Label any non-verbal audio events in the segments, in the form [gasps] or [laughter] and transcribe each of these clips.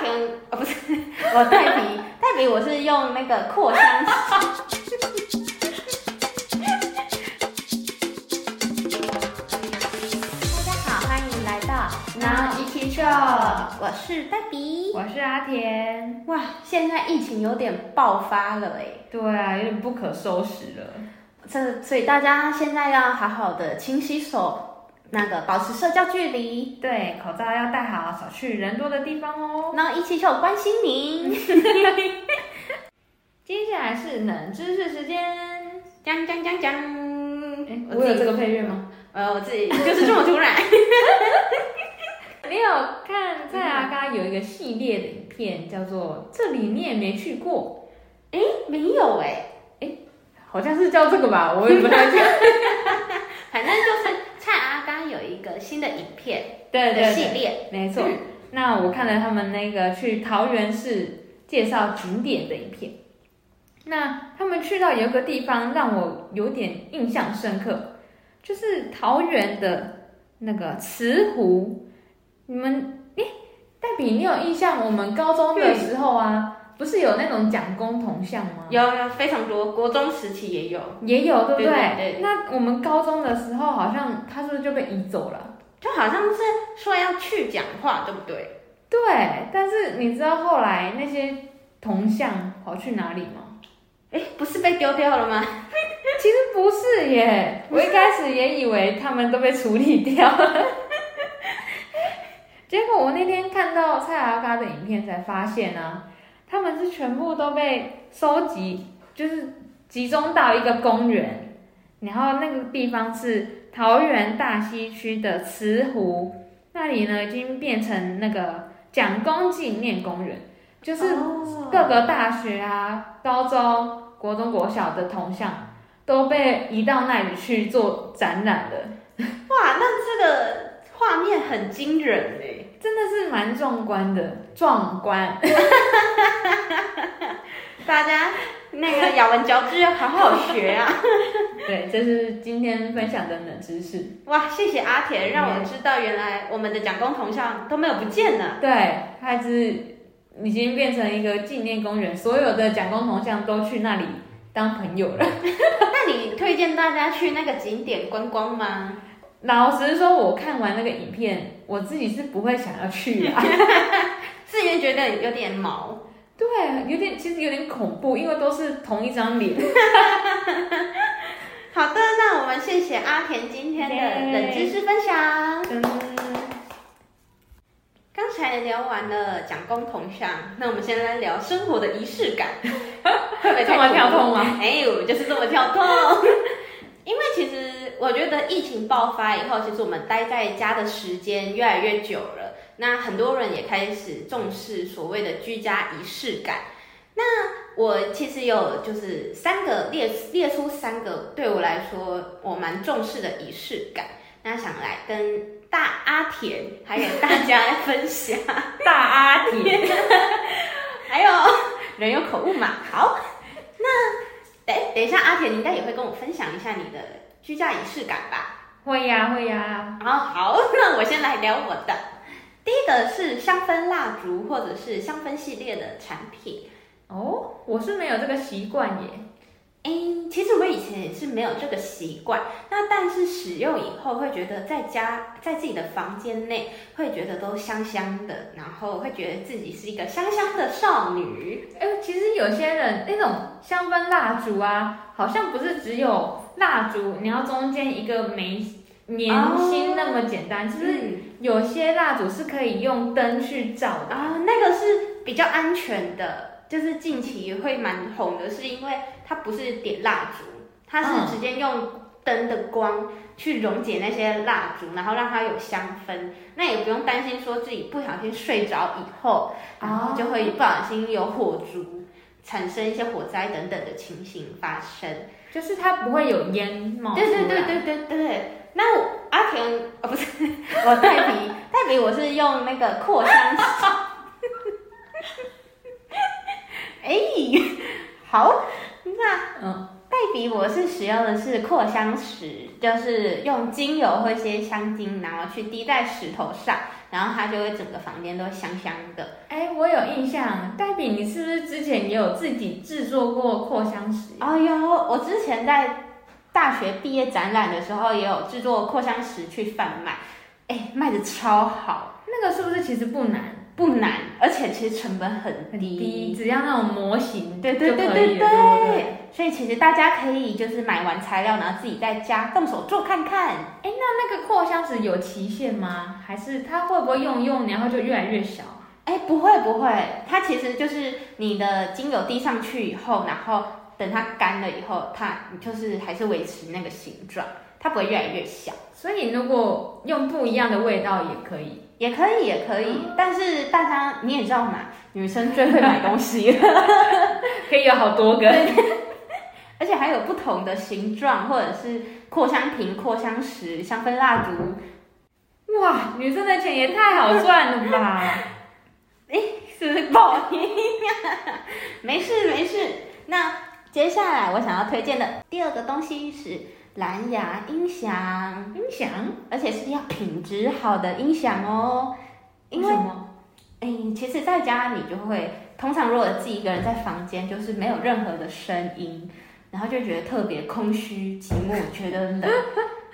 全呃、不是我带皮带皮，我是用那个扩香。大家好，欢迎来到 Now 一起秀，我是黛比。我是阿田。哇，现在疫情有点爆发了哎，对啊，有点不可收拾了。这所以大家现在要好好的勤洗手，那个保持社交距离。对，口罩要戴好，少去人多的地方哦。那一起秀关心您，接下来是冷知识时间。讲讲讲讲。诶我自己，个配乐 [laughs] 吗？呃，我自己就是这么突然。 [laughs] 你有看蔡阿嘎有一个系列的影片，叫做《这里你也没去过哎，没有哎，》，好像是叫这个吧？我也不太记得。反正就是蔡阿刚有一个新的影片 [laughs] 对的对系对，列，嗯没错。那我看了他们那个去桃园市介绍景点的影片，那他们去到有一个地方让我有点印象深刻，就是桃园的那个慈湖。你们诶，黛比，你有印象？我们高中的时候啊，不是有那种蒋公铜像吗？有有非常多，国中时期也有，也有，对不对对对那我们高中的时候，好像它是不是就被移走了？就好像是说要去讲话，对不对？对，但是你知道后来那些铜像跑去哪里吗？哎，不是被丢掉了吗？其实不是耶，我一开始也以为他们都被处理掉 [laughs] 了，结果我那天看到蔡阿嘎的影片才发现啊，他们是全部都被收集，就是集中到一个公园，然后那个地方是桃园大溪区的慈湖，那里呢已经变成那个蒋公纪念公园，就是各个大学啊、高中、国中、国小的铜像都被移到那里去做展览了，哇，那这个画面很惊人哎，真的是蛮壮观的，壮观。 [laughs] 大家那个咬文嚼字要好好学啊。 [laughs] 对，这是今天分享的冷知识。哇，谢谢阿田，让我知道原来我们的蒋公铜像都没有不见呢。对，它是已经变成一个纪念公园，所有的蒋公铜像都去那里当朋友了。 [laughs] 那你推荐大家去那个景点观光吗？老实说，我看完那个影片，我自己是不会想要去啊。 [laughs] 是因为觉得有点毛，对，有点其实有点恐怖，因为都是同一张脸。好的，那我们谢谢阿田今天的冷知识分享。刚才聊完了蒋公铜像，那我们先来聊生活的仪式 [laughs] 感，会不会这太么跳突兀痛啊吗？哎、我们就是这么跳动。 [laughs] 因为其实我觉得疫情爆发以后，其实我们待在家的时间越来越久了，那很多人也开始重视所谓的居家仪式感。那我其实有就是三个列列出三个对我来说我蛮重视的仪式感，那想来跟大阿田还有大家分享，大阿铁， [laughs] 还有人有口误嘛。好，那哎，等一下阿田，你应该也会跟我分享一下你的居家仪式感吧？ [laughs] 会呀、会呀、啊，好， [laughs] 那我先来聊我的。第一个是香氛蜡烛或者是香氛系列的产品。哦，我是没有这个习惯耶。诶，其实我以前也是没有这个习惯，那但是使用以后会觉得在家在自己的房间内会觉得都香香的，然后会觉得自己是一个香香的少女。哎、其实有些人那种香氛蜡烛啊，好像不是只有蜡烛，你要中间一个眉棉芯那么简单，就、是嗯有些蜡烛是可以用灯去照的。啊，那个是比较安全的，就是近期会蛮红的，是因为它不是点蜡烛，它嗯是直接用灯的光去溶解那些蜡烛，然后让它有香氛。那也不用担心说自己不小心睡着以后，然后就会不小心有火烛，产生一些火灾等等的情形发生。就是它不会有烟冒出对来。对对对对对。那我阿田哦，不是 [laughs] 我带皮，带皮我是用那个扩香。哎、好，那嗯，黛比我是使用的是扩香石，就是用精油或一些香精，然后去滴在石头上，然后它就会整个房间都香香的。哎，我有印象，黛比，你是不是之前也有自己制作过扩香石？哦哟，我之前在大学毕业展览的时候也有制作扩香石去贩卖，哎，卖的超好，那个是不是其实不难，不难，而且其实成本很低。很低，只要那种模型对就对对可对以了不对。对，所以其实大家可以就是买完材料，然后自己在家动手做看看。哎，那那个扩香石有期限吗？还是它会不会用一用，然后就越来越小？啊哎，不会不会，它其实就是你的精油滴上去以后，然后等它干了以后，它就是还是维持那个形状，它不会越来越小。所以如果用不一样的味道也可以。也可以，也可以，但是大家你也知道嘛，女生最会买东西了，可以有好多个。 [laughs] 而且还有不同的形状，或者是扩香瓶、扩香石、香氛蜡烛，哇，女生的钱也太好赚了吧！ [laughs] 是不是爆音啊？没事没事。那接下来我想要推荐的第二个东西是蓝牙音响，音响，而且是要品质好的音响哦。因为什么？诶，哎其实在家你就会，通常如果自己一个人在房间，就是没有任何的声音，然后就觉得特别空虚、寂寞，觉得冷。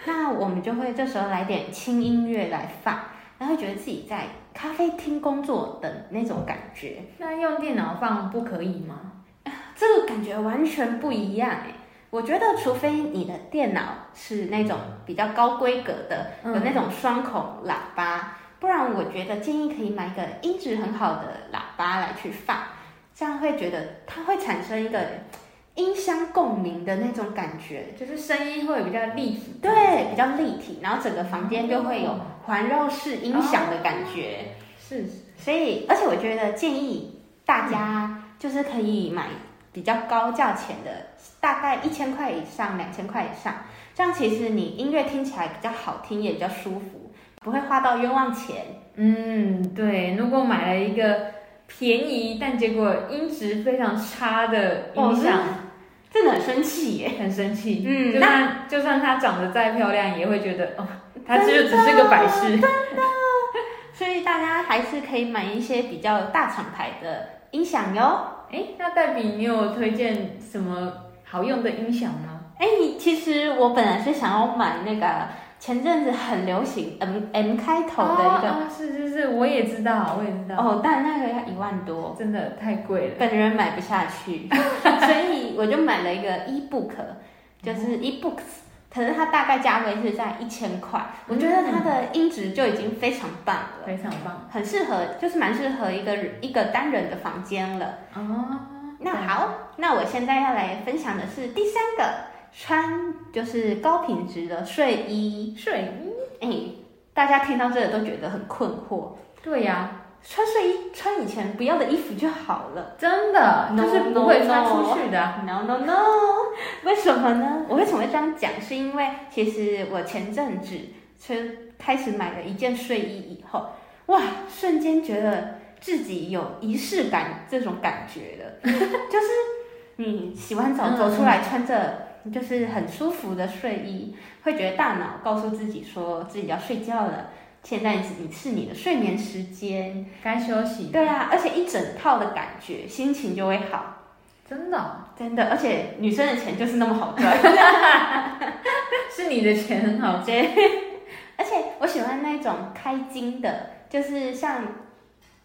那我们就会这时候来点轻音乐来放，然后觉得自己在咖啡厅工作的那种感觉。那用电脑放不可以吗？这个感觉完全不一样哎、我觉得，除非你的电脑是那种比较高规格的，有那种双孔喇叭，不然我觉得建议可以买一个音质很好的喇叭来去放，这样会觉得它会产生一个音箱共鸣的那种感觉，就是声音会比较立体。对，比较立体，然后整个房间就会有环绕式音响的感觉。是，是所以，而且我觉得建议大家就是可以买比较高价钱的，大概一千块以上、两千块以上，这样其实你音乐听起来比较好听，也比较舒服，不会花到冤枉钱。嗯，对。如果买了一个便宜但结果音质非常差的音响，真的很生气耶！很生气。嗯就算就算它长得再漂亮，也会觉得哦，它这就只是个摆饰。 [laughs] 所以大家还是可以买一些比较大厂牌的音响哟。哎，那黛比，你有推荐什么好用的音响吗？哎，其实我本来是想要买那个前阵子很流行 M M 开头的一个哦哦是是是，我也知道，我也知道，哦，但那个要一万多。真的太贵了。本人买不下去，所以我就买了一个 ebook，就是 ebooks，可是它大概价位是在一千块，我觉得它的音质就已经非常棒了，非常棒很适合，就是蛮适合一个人一个单人的房间了。哦！那好，那我现在要来分享的是第三个，穿就是高品质的睡衣。睡衣，哎、大家听到这里都觉得很困惑，对呀、穿睡衣穿以前不要的衣服就好了。真的 No, 就是不会 no, 穿 no 出去的啊。 No no no，为什么呢？我为什么会这样讲？是因为其实我前阵子是开始买了一件睡衣以后，哇，瞬间觉得自己有仪式感这种感觉了， [laughs] 就是你洗完澡走出来穿着。就是很舒服的睡衣，会觉得大脑告诉自己说自己要睡觉了，现在你是你的睡眠时间。该休息。对，啊，而且一整套的感觉，心情就会好。真的哦、真的，而且女生的钱就是那么好赚，是你的钱 [laughs] [laughs] 很好。而且我喜欢那种开襟的，就是像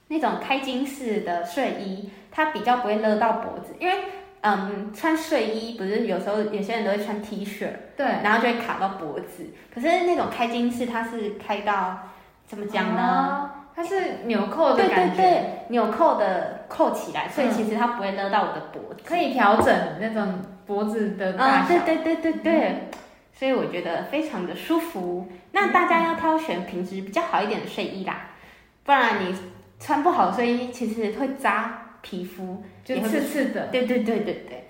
那种开襟式的睡衣，它比较不会勒到脖子，因为嗯，穿睡衣不是有时候有些人都会穿 T 恤，对，然后就会卡到脖子，可是那种开襟式它是开到怎么讲呢？哦？它是纽扣的对感对觉，对，纽扣的扣起来，嗯所以其实它不会勒到我的脖子。可以调整那种脖子的大嗯，小。对对对对对，所以我觉得非常的舒服。那大家要挑选品质比较好一点的睡衣啦，不然你穿不好睡衣，其实会扎皮肤。就刺刺的。对对对对对。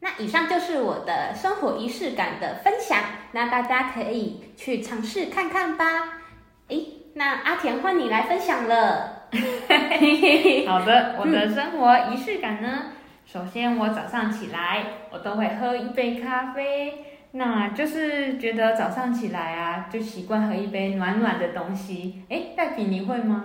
那以上就是我的生活仪式感的分享，那大家可以去尝试看看吧。诶，那阿田换你来分享了。 [laughs] [laughs] 好的，嗯我的生活仪式感呢，首先我早上起来，我都会喝一杯咖啡，那就是觉得早上起来啊，就习惯喝一杯暖暖的东西。哎，黛比你会吗？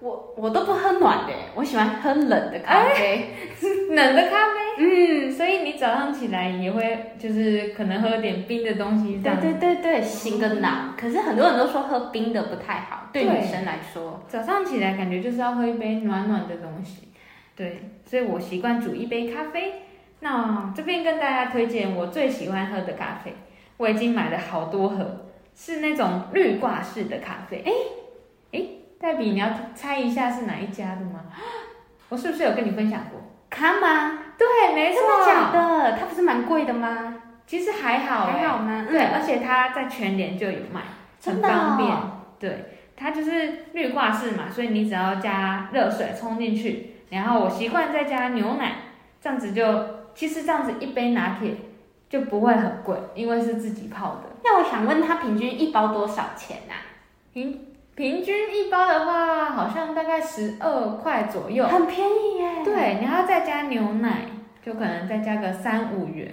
我我都不喝暖的，我喜欢喝冷的咖啡。 [laughs] 冷的咖啡。嗯，所以你早上起来也会就是可能喝点冰的东西这对样。对对对，醒个脑。可是很多人都说喝冰的不太好，对对女生来说。早上起来感觉就是要喝一杯暖暖的东西。对，所以我习惯煮一杯咖啡。那这边跟大家推荐我最喜欢喝的咖啡，我已经买了好多盒，是那种绿挂式的咖啡。哎哎，黛比，你要猜一下是哪一家的吗？ [gasps] 我是不是有跟你分享过？看吗？对，没真错。的假的？它不是蛮贵的吗？其实还好、哎。还好欸吗？嗯对，，而且它在全联就有卖，真很的哦方便。对，它就是绿挂式嘛，所以你只要加热水冲进去，然后我习惯再加牛奶，这样子就其实这样子一杯拿铁就不会很贵，因为是自己泡的。那我想问它平均一包多少钱啊呐、平均一包的话，好像大概十二块左右。哎很便宜耶。对，然后再加牛奶，就可能再加个三五元，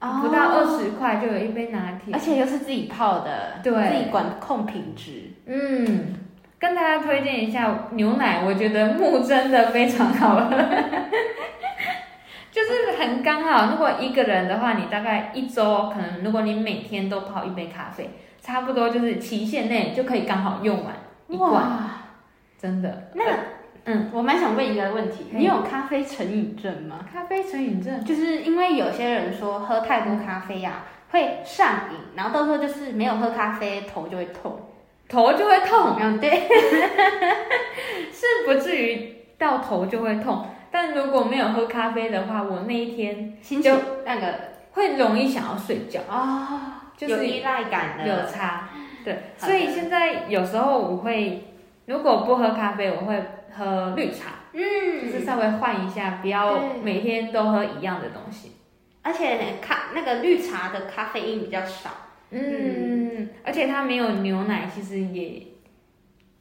哦，不到二十块就有一杯拿铁而。且又是自己泡的，对自己管控品质。嗯，跟大家推荐一下牛奶，我觉得木真的非常好喝， [laughs] 就是很刚好。如果一个人的话，你大概一周可能，如果你每天都泡一杯咖啡，差不多就是期限内就可以刚好用完一罐，哇，真的。那嗯，我蛮想问一个问题，嗯你有咖啡成瘾症吗？咖啡成瘾症，就是因为有些人说喝太多咖啡呀、会上瘾，然后到时候就是没有喝咖啡头就会痛，头就会痛，嗯 [laughs] 对，是不至于到头就会痛，但如果没有喝咖啡的话，我那一天心情那个会容易想要睡觉，啊、就有是依赖感的，有差，嗯对，好的所以现在有时候我会，如果不喝咖啡，我会喝绿茶，就嗯，是稍微换一下，不要对每天都喝一样的东西。而且咖那个绿茶的咖啡因比较少，嗯，而且它没有牛奶，其实也，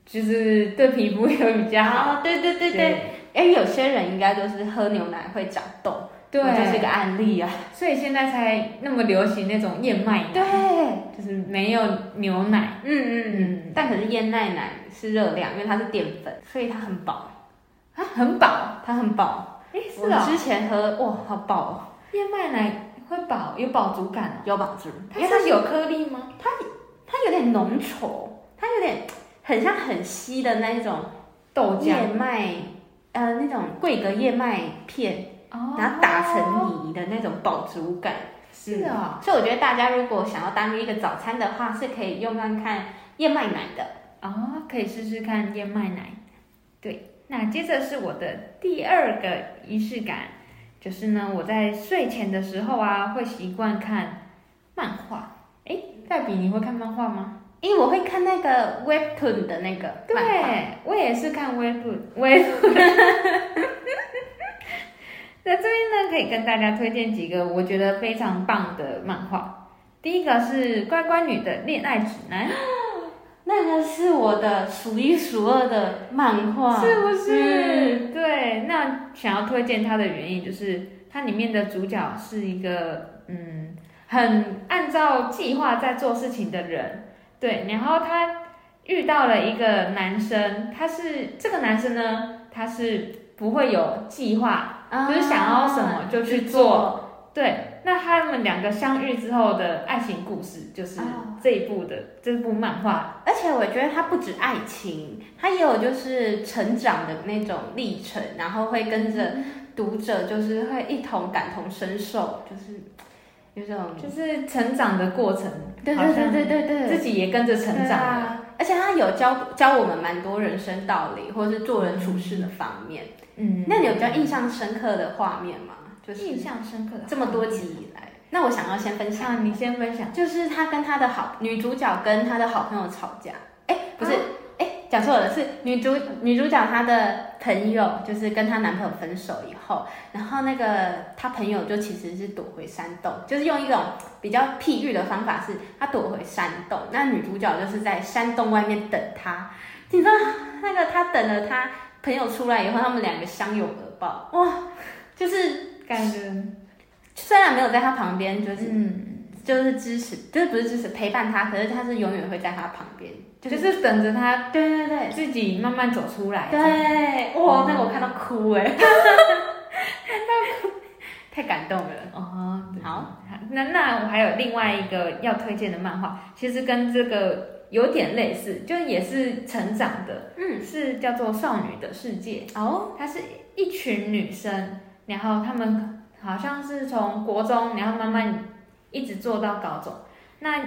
就是对皮肤也会比较好。啊，对对对对，对哎，有些人应该都是喝牛奶会长痘，我就是一对，个案例啊，所以现在才那么流行那种燕麦对，奶，就是没有牛奶。嗯嗯嗯嗯，但可是燕麦奶是热量，因为它是淀粉，所以它很饱，啊，很饱。它很饱。哎，我是啊、之前喝哇，好饱哦，燕麦奶会饱，有饱足感哦。有饱足，因为它是有颗粒吗？它有点浓稠，它有点很像很稀的那种豆浆。燕麦，呃，那种桂格燕麦片，哦然后打成泥的那种饱足感。是啊、所以我觉得大家如果想要当一个早餐的话，是可以用看看燕麦奶的。哦，可以试试看燕麦奶。对，那接着是我的第二个仪式感，就是呢，我在睡前的时候啊，会习惯看漫画。哎，黛比，你会看漫画吗？因为我会看那个 webtoon 的那个对漫画，，我也是看 [laughs] 微博，微博。那这边呢，可以跟大家推荐几个我觉得非常棒的漫画。第一个是《乖乖女的恋爱指南》，那个是我的数一数二的漫画，是不是？对，那想要推荐它的原因就是它里面的主角是一个嗯，很按照计划在做事情的人，对，然后他遇到了一个男生，他是这个男生呢，他是不会有计划，啊就是想要什么就去做，对。那他们两个相遇之后的爱情故事，就是哦这一部的、这部漫画而且我觉得它不止爱情，它也有就是成长的那种历程，然后会跟着读者就是会一同感同身受，就是有种就是成长的过程，嗯对好对像对对对对自己也跟着成对长了。啊，而且它有教教我们蛮多人生道理，或是做人处事的方面。嗯那你有比较印象深刻的画面吗？就是印象深刻的这么多集以来，那我想要先分享，啊，你先分享。就是她跟她的好女主角跟她的好朋友吵架，哎，嗯不是。哎讲错了，是女主女主角她的朋友，就是跟她男朋友分手以后，然后那个她朋友就其实是躲回山洞，就是用一种比较譬喻的方法是，她躲回山洞，那女主角就是在山洞外面等她，你知道那个她等了她朋友出来以后，他们两个相拥而抱，哇，就是感觉虽然没有在她旁边，就是嗯，就是支持，就是不是支持陪伴他，可是他是永远会在他旁边，就就是是等着他对对对自己慢慢走出来。这样，对，嗯哇，那个我看到哭哎、 [laughs] 欸，太感动了。哦，对好，那那我还有另外一个要推荐的漫画，其实跟这个有点类似，就也是成长的，嗯，是叫做《少女的世界》。哦，她是一群女生，然后她们好像是从国中，然后慢慢一直做到高中。那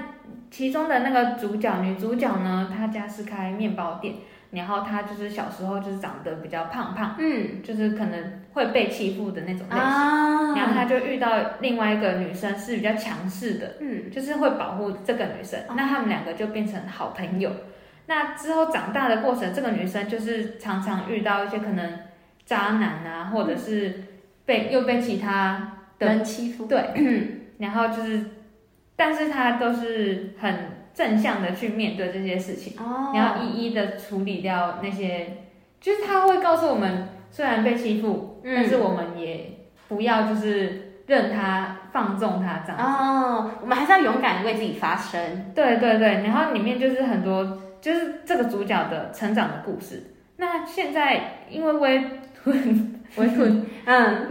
其中的那个主角女主角呢，她家是开面包店，然后她就是小时候就是长得比较胖胖，嗯就是可能会被欺负的那种类型。啊然后她就遇到另外一个女生是比较强势的，嗯就是会保护这个女哦生，那他们两个就变成好朋友。那之后长大的过程，这个女生就是常常遇到一些可能渣男啊，或者是被又被其他的嗯人欺负，对，然后就是，但是她都是很正向的去面对这些事情，哦然后一一的处理掉那些，就是她会告诉我们，虽然被欺负，嗯但是我们也不要就是任他放纵他这样子。哦，我们还是要勇敢地为自己发声。对对对，然后里面就是很多，就是这个主角的成长的故事。那现在因为微微微嗯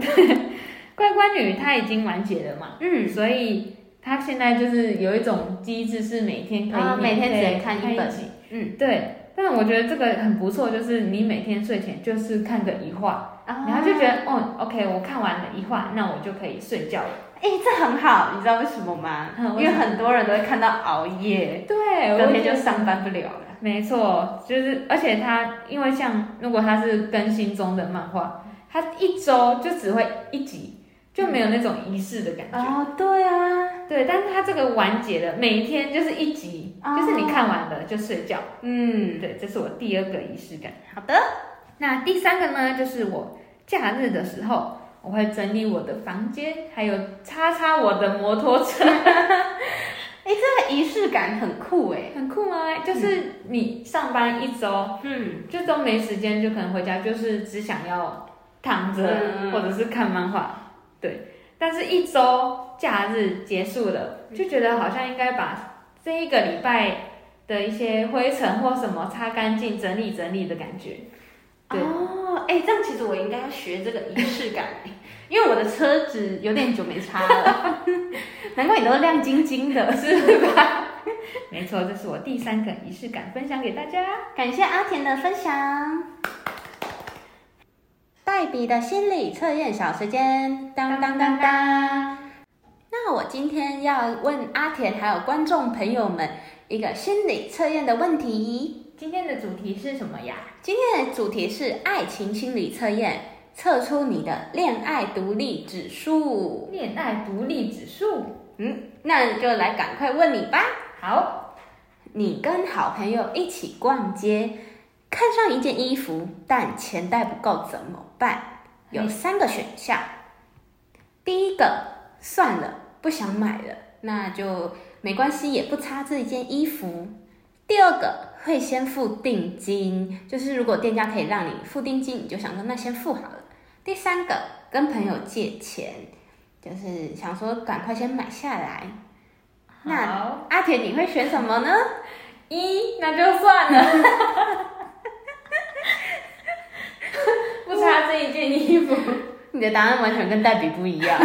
乖乖女她已经完结了嘛，嗯，所以她现在就是有一种机制是每天可以、啊每天只能看看一本集嗯，对。但我觉得这个很不错，就是你每天睡前就是看个一话，啊嗯然后就觉得，得哦，OK，我看完了一话，那我就可以睡觉了。哎、这很好，你知道为什么吗？嗯因为为什么很多人都会看到熬夜，对，隔我天觉就得上班不了了。没错，就是而且它因为像如果它是更新中的漫画，它一周就只会一集，就没有那种仪式的感觉。哦，对啊，对，但是它这个完结了，每天就是一集，哦就是你看完了就睡觉。嗯，对，这是我第二个仪式感。好的，那第三个呢，就是我假日的时候，我会整理我的房间，还有擦擦我的摩托车。这个仪式感很酷哎、很酷啊！就是你上班一周，嗯，就都没时间，就可能回家就是只想要躺着、嗯或者是看漫画，对。但是，一周假日结束了，就觉得好像应该把这一个礼拜的一些灰尘或什么擦干净、整理整理的感觉。 [laughs] 对哦，哎、这样其实我应该要学这个仪式感、 [laughs] 欸，因为我的车子有点久没擦了，难怪你都亮晶晶的，是吧？没错，这是我第三个仪式感，分享给大家。感谢阿田的分享。黛比的心理测验小时间，当当当当。那我今天要问阿田还有观众朋友们一个心理测验的问题。今天的主题是什么呀？今天的主题是爱情心理测验，测出你的恋爱独立指数。恋爱独立指数。嗯那就来赶快问你吧。好，你跟好朋友一起逛街，看上一件衣服，但钱袋不够怎么办？有三个选项。第一个，算了，不想买了，那就没关系，也不差这一件衣服。第二个会先付定金，就是如果店家可以让你付定金，你就想说那先付好了。第三个跟朋友借钱，就是想说赶快先买下来。那好阿铁，你会选什么呢？一那就算了， [laughs] 不差这一件衣服。你的答案完全跟黛比不一样。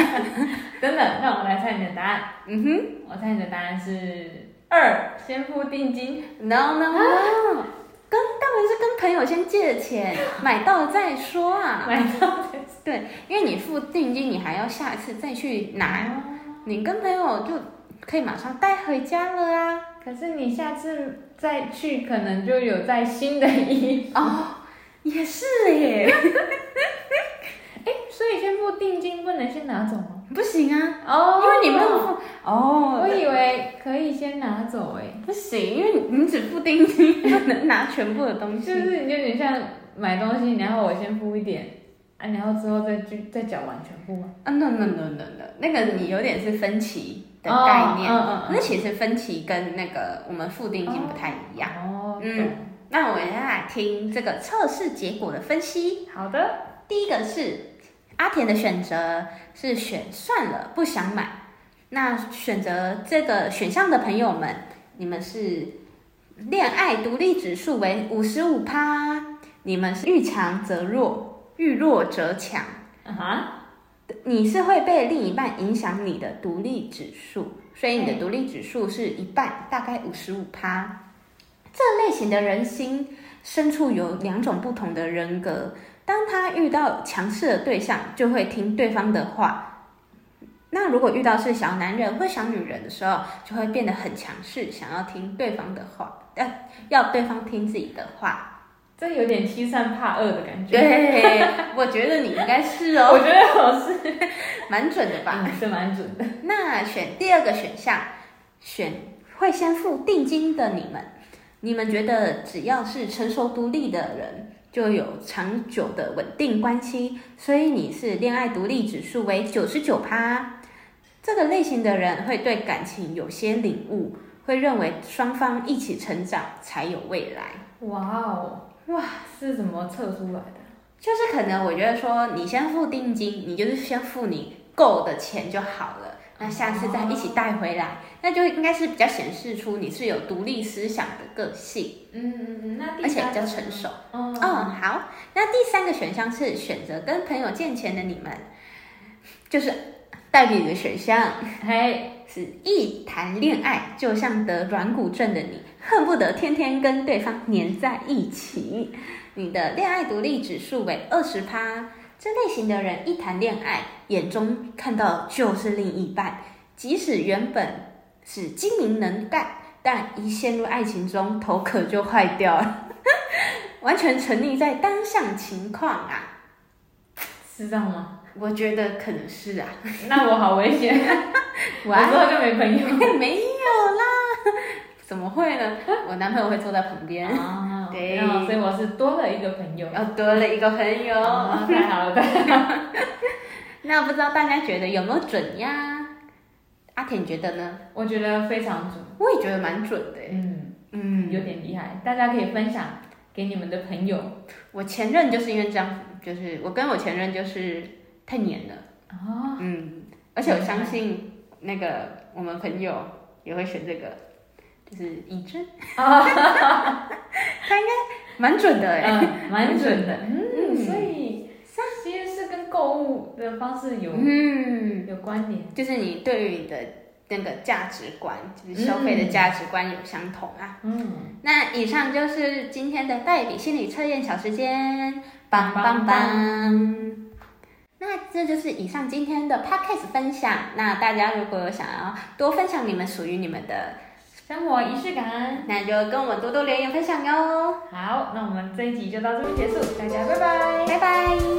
等等，让我来猜你的答案。嗯哼我猜你的答案是二，先付定金。 ，no no no，跟当然是跟朋友先借钱，买到再说啊。买到对，因为你付定金，你还要下次再去拿。哦你跟朋友就可以马上带回家了啊。可是你下次再去，可能就有在新的衣服。哦，也是耶，哎，所以先付定金不能先拿走吗？不行啊，哦因为你没有付。我哦，以为可以先拿走哎、不行，因为你只付定金，不能拿全部的东 [laughs] 就西。是你就有点像买东西，然后我先付一点，啊，然后之后再去再缴完全部吗？啊，no no no no no，那个你有点是分歧的概念。哦嗯嗯嗯那其实分歧跟那个我们付定金不太一样。哦，嗯那我们先来听这个测试结果的分析。懂，好的，第一个是阿田的选择是选算了不想买，那选择这个选项的朋友们，你们是恋爱独立指数为五十五趴，你们是遇强则弱，遇弱则强。啊，你是会被另一半影响你的独立指数，所以你的独立指数是一半，大概五十五趴。这类型的人心深处有两种不同的人格，当他遇到强势的对象，就会听对方的话。那如果遇到是小男人或小女人的时候，就会变得很强势，想要听对方的话，呃，要对方听自己的话。这有点欺善怕恶的感觉。，对， [laughs] 我觉得你应该是我哦，觉得我是蛮准的吧？嗯是蛮准的。 [laughs] 那选第二个选项，选会先付定金的你们，你们觉得只要是成熟独立的人，就有长久的稳定关系，所以你是恋爱独立指数为九十九趴。这个类型的人会对感情有些领悟，会认为双方一起成长才有未来。哇哦，哇，是怎么测出来的？就是可能我觉得说，你先付定金，你就是先付你够的钱就好了。那下次再一起带回来，那就应该是比较显示出你是有独立思想的个性，嗯嗯嗯，那而且比较成熟。嗯嗯，好。那第三个选项是选择跟朋友见钱的你们，就是代比的选项。嘿，是一谈恋爱就像得软骨症的你，恨不得天天跟对方黏在一起。你的恋爱独立指数为二十趴，这类型的人一谈恋爱，眼中看到就是另一半，即使原本是精明能干，但一陷入爱情中，头壳就坏掉了， [laughs] 完全沉溺在单向情况啊。是这样吗？我觉得可能是啊，那我好危 [laughs] 险，我哦之后就没朋友。没有啦， [laughs] 怎么会呢？ [laughs] 我男朋友会坐在旁边，啊 [laughs] 对那所以我是多了一个朋友。又多了一个朋友。啊太好了，太好了那不知道大家觉得有没有准呀？阿田你觉得呢？我觉得非常准，我也觉得蛮准的耶。嗯，有嗯，点厉害，大家可以分享给你们的朋友。我前任就是因为这样，就是我跟我前任就是太黏了。哦，嗯，而且我相信那个我们朋友也会选这个，就是以真。哦 [laughs] 他应该蛮准的哎。[laughs] 嗯，蛮准的，嗯，嗯所以其实是跟购物的方式有嗯。有关联。就是你对于你的那个价值观，就是消费的价值观有相同啊。嗯，那以上就是今天的黛比心理测验小时间，棒棒棒棒！那这就是以上今天的 podcast 分享。那大家如果有想要多分享你们属于你们的，生活仪式感。那就跟我们多多留言分享哟。好，那我们这一集就到这边结束，大家拜拜。拜拜。